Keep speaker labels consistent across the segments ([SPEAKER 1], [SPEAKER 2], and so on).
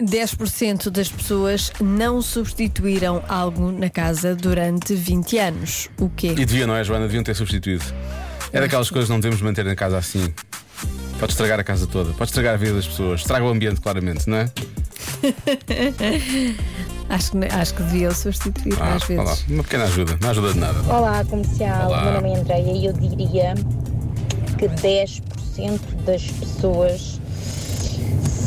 [SPEAKER 1] 10% das pessoas não substituíram algo na casa durante 20 anos. O quê?
[SPEAKER 2] E devia, não é, Joana? Deviam ter substituído. É daquelas coisas que não devemos manter na casa assim. Pode estragar a casa toda, pode estragar a vida das pessoas, estraga o ambiente, claramente, não é?
[SPEAKER 1] Acho que, acho que deviam substituir às
[SPEAKER 2] Ah, vá lá.
[SPEAKER 1] vezes.
[SPEAKER 2] Uma pequena ajuda, não ajuda de nada. vá.
[SPEAKER 3] Olá, comercial.
[SPEAKER 2] Olá.
[SPEAKER 3] Meu nome é Andréia e eu diria que 10% das pessoas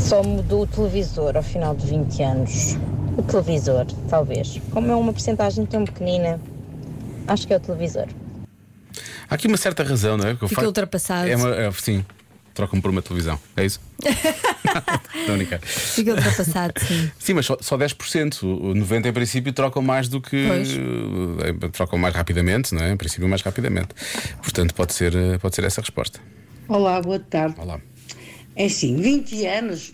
[SPEAKER 3] só mudou o televisor ao final de 20 anos. O televisor, talvez. Como é uma porcentagem tão pequenina, acho que é o televisor.
[SPEAKER 2] Há aqui uma certa razão, não é? Porque o
[SPEAKER 1] Fica
[SPEAKER 2] facto-
[SPEAKER 1] ultrapassado.
[SPEAKER 2] É uma- é- sim, trocam por uma televisão, é isso? Estou a brincar.
[SPEAKER 1] Fica ultrapassado, sim.
[SPEAKER 2] Sim, mas só, só 10%. O o 90% em princípio trocam mais do que.
[SPEAKER 1] Pois.
[SPEAKER 2] eh, Trocam mais rapidamente, não é? Em princípio, mais rapidamente. Portanto, pode ser, eh, pode ser essa a resposta.
[SPEAKER 4] Olá, boa tarde.
[SPEAKER 2] Olá.
[SPEAKER 4] É assim, 20 anos,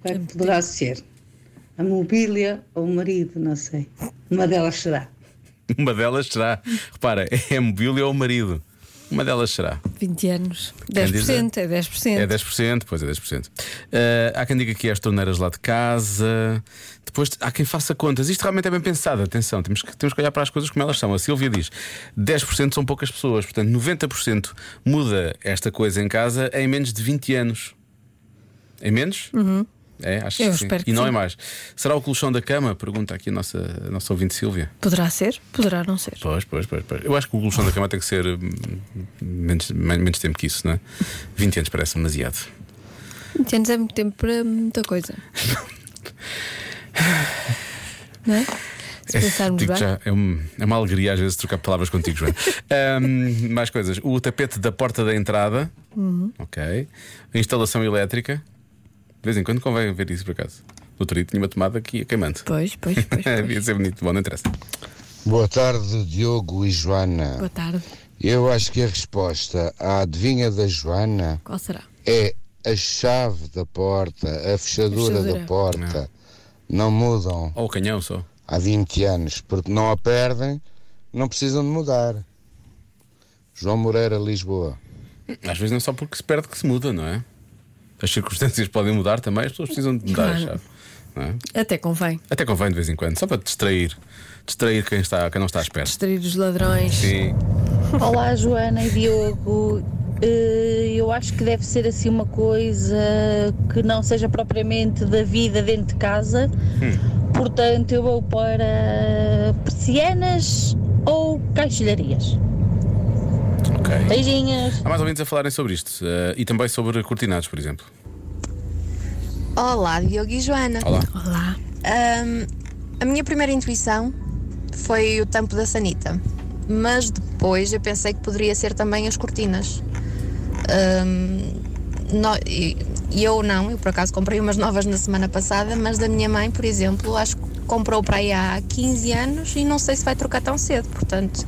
[SPEAKER 4] o que é que poderá ser? A mobília ou o marido, não sei. Uma delas será.
[SPEAKER 2] Uma delas será. Repara, é a mobília ou o marido? Uma delas será.
[SPEAKER 1] 20 anos.
[SPEAKER 2] Quem
[SPEAKER 1] 10%, é 10%.
[SPEAKER 2] É 10%, pois é 10%. Eh, há quem diga que é as torneiras lá de casa. Depois há quem faça contas. Isto realmente é bem pensado, atenção, temos que, temos que olhar para as coisas como elas são. A Silvia diz: 10% são poucas pessoas, portanto 90% muda esta coisa em casa em menos de 20 anos. Em menos? É, acho
[SPEAKER 1] Uhum. Eu
[SPEAKER 2] que sim.
[SPEAKER 1] espero que
[SPEAKER 2] E não é
[SPEAKER 1] sim.
[SPEAKER 2] mais. Será o colchão da cama? Pergunta aqui a nossa, a nossa ouvinte Silvia.
[SPEAKER 1] Poderá ser, poderá não ser.
[SPEAKER 2] Pois, pois, pois, pois. Eu acho que o colchão da cama tem que ser hum, menos, men- menos tempo que isso, não é? 20 anos parece demasiado.
[SPEAKER 1] 20 anos é muito tempo para muita coisa. não é? Se pensarmos
[SPEAKER 2] digo
[SPEAKER 1] bem.
[SPEAKER 2] já, é, um- é uma alegria às vezes trocar palavras contigo, Joana. Ahm, mais coisas. O tapete da porta da entrada.
[SPEAKER 1] Uhum.
[SPEAKER 2] Ok. A instalação elétrica. De vez em quando convém ver isso por acaso. No outro dia tinha uma tomada aqui a queimante.
[SPEAKER 1] Pois, pois, pois. pois.
[SPEAKER 2] Devia ser bonito. Bom, não interessa.
[SPEAKER 5] Boa tarde, Diogo e
[SPEAKER 1] Boa
[SPEAKER 5] Joana.
[SPEAKER 1] tarde.
[SPEAKER 5] Eu acho que a resposta à adivinha da Joana
[SPEAKER 1] Qual será?
[SPEAKER 5] é a chave da porta, a fechadura,
[SPEAKER 1] Fechadura.
[SPEAKER 5] da porta. Não mudam
[SPEAKER 2] Ou o canhão só.
[SPEAKER 5] há 20 anos, porque não a perdem, não precisam de mudar. João Moreira, Lisboa.
[SPEAKER 2] Às vezes não só porque se perde que se muda, não é? As circunstâncias podem mudar também, as pessoas precisam de mudar,
[SPEAKER 1] Claro.
[SPEAKER 2] sabe? Não é?
[SPEAKER 1] Até convém.
[SPEAKER 2] Até convém de vez em quando, só para distrair. Distrair quem, está, quem não está à espera.
[SPEAKER 1] Distrair os ladrões.
[SPEAKER 2] Sim.
[SPEAKER 6] Olá, Joana e Diogo. Eh, Eu acho que deve ser assim uma coisa que não seja propriamente da vida dentro de casa. Portanto, eu vou para persianas ou caixilharias.
[SPEAKER 2] Ok.
[SPEAKER 6] Beijinhos!
[SPEAKER 2] Há mais ouvintes a falarem sobre isto eh, e também sobre cortinados, por exemplo.
[SPEAKER 7] Olá, Diogo e Joana.
[SPEAKER 2] Olá.
[SPEAKER 1] Olá.
[SPEAKER 7] Ahm, a minha primeira intuição foi o tampo da sanita, mas depois eu pensei que poderia ser também as cortinas. Ahm, no- e- e eu não, eu por acaso comprei umas novas na semana passada, mas da minha mãe, por exemplo, acho que comprou para aí há 15 anos e não sei se vai trocar tão cedo, portanto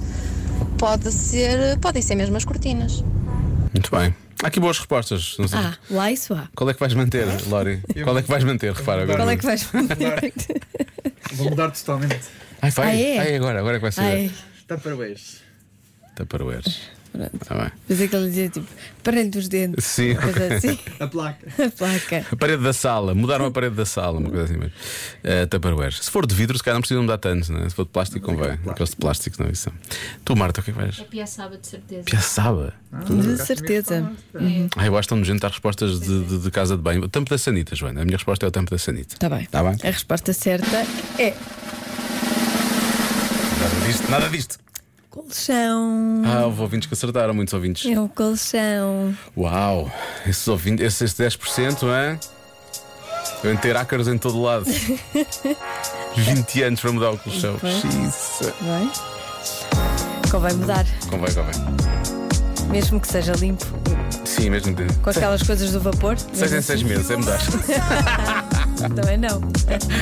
[SPEAKER 7] pode ser, podem ser mesmo as cortinas.
[SPEAKER 2] Muito bem. Há aqui boas respostas. Não sei.
[SPEAKER 1] Ah, lá isso há.
[SPEAKER 2] Qual é que vais manter, Lori? Qual é que vais manter? Repara agora.
[SPEAKER 1] Qual é que vais
[SPEAKER 2] Hum.
[SPEAKER 1] fazer?
[SPEAKER 8] Vou mudar totalmente.
[SPEAKER 2] Ai, vai.
[SPEAKER 1] Ah, é?
[SPEAKER 2] Ai, agora, agora é que vai
[SPEAKER 1] Ai,
[SPEAKER 2] ser.
[SPEAKER 8] Tupperwares.
[SPEAKER 2] Tupperwares. Está Tá bem.
[SPEAKER 1] mas é que ele dizia tipo, aparelho dos dentes.
[SPEAKER 2] Sim.
[SPEAKER 1] Uma coisa assim.
[SPEAKER 8] A placa.
[SPEAKER 1] A placa.
[SPEAKER 2] A parede da sala, mudaram a parede da sala, uma coisa assim mesmo. Eh, Tupperwares. Se for de vidro, se calhar não precisam mudar tantos, né? se for de plástico, convém. Aqueles de plástico, não, é isso são. Tu, Marta, o que é que vais?
[SPEAKER 9] Piaçaba, de certeza.
[SPEAKER 2] Piaçaba.
[SPEAKER 1] De certeza.
[SPEAKER 2] Ai, eu acho tão nojento as respostas de, de- de casa de banho. O tampo da sanita, Joana. A minha resposta é o tampo da sanita.
[SPEAKER 1] Está Tá bem.
[SPEAKER 2] Está bem?
[SPEAKER 1] A resposta certa é
[SPEAKER 2] Nada disto, nada disto.
[SPEAKER 1] colchão.
[SPEAKER 2] Ah, houve ouvintes que acertaram, muitos ouvintes.
[SPEAKER 1] É um colchão.
[SPEAKER 2] Uau, esses ouvintes, esses 10%, hã? Devem ter ácaros em todo lado. 20 anos para mudar o colchão.
[SPEAKER 1] Pois.
[SPEAKER 2] Xisa.
[SPEAKER 1] Não é? Convém mudar,
[SPEAKER 2] Convém, convém.
[SPEAKER 1] mesmo que seja limpo,
[SPEAKER 2] Sim, mesmo que.
[SPEAKER 1] com aquelas coisas do vapor.
[SPEAKER 2] 6 em
[SPEAKER 1] mesmo
[SPEAKER 2] 6 meses, é mudar.
[SPEAKER 1] assim, Também não.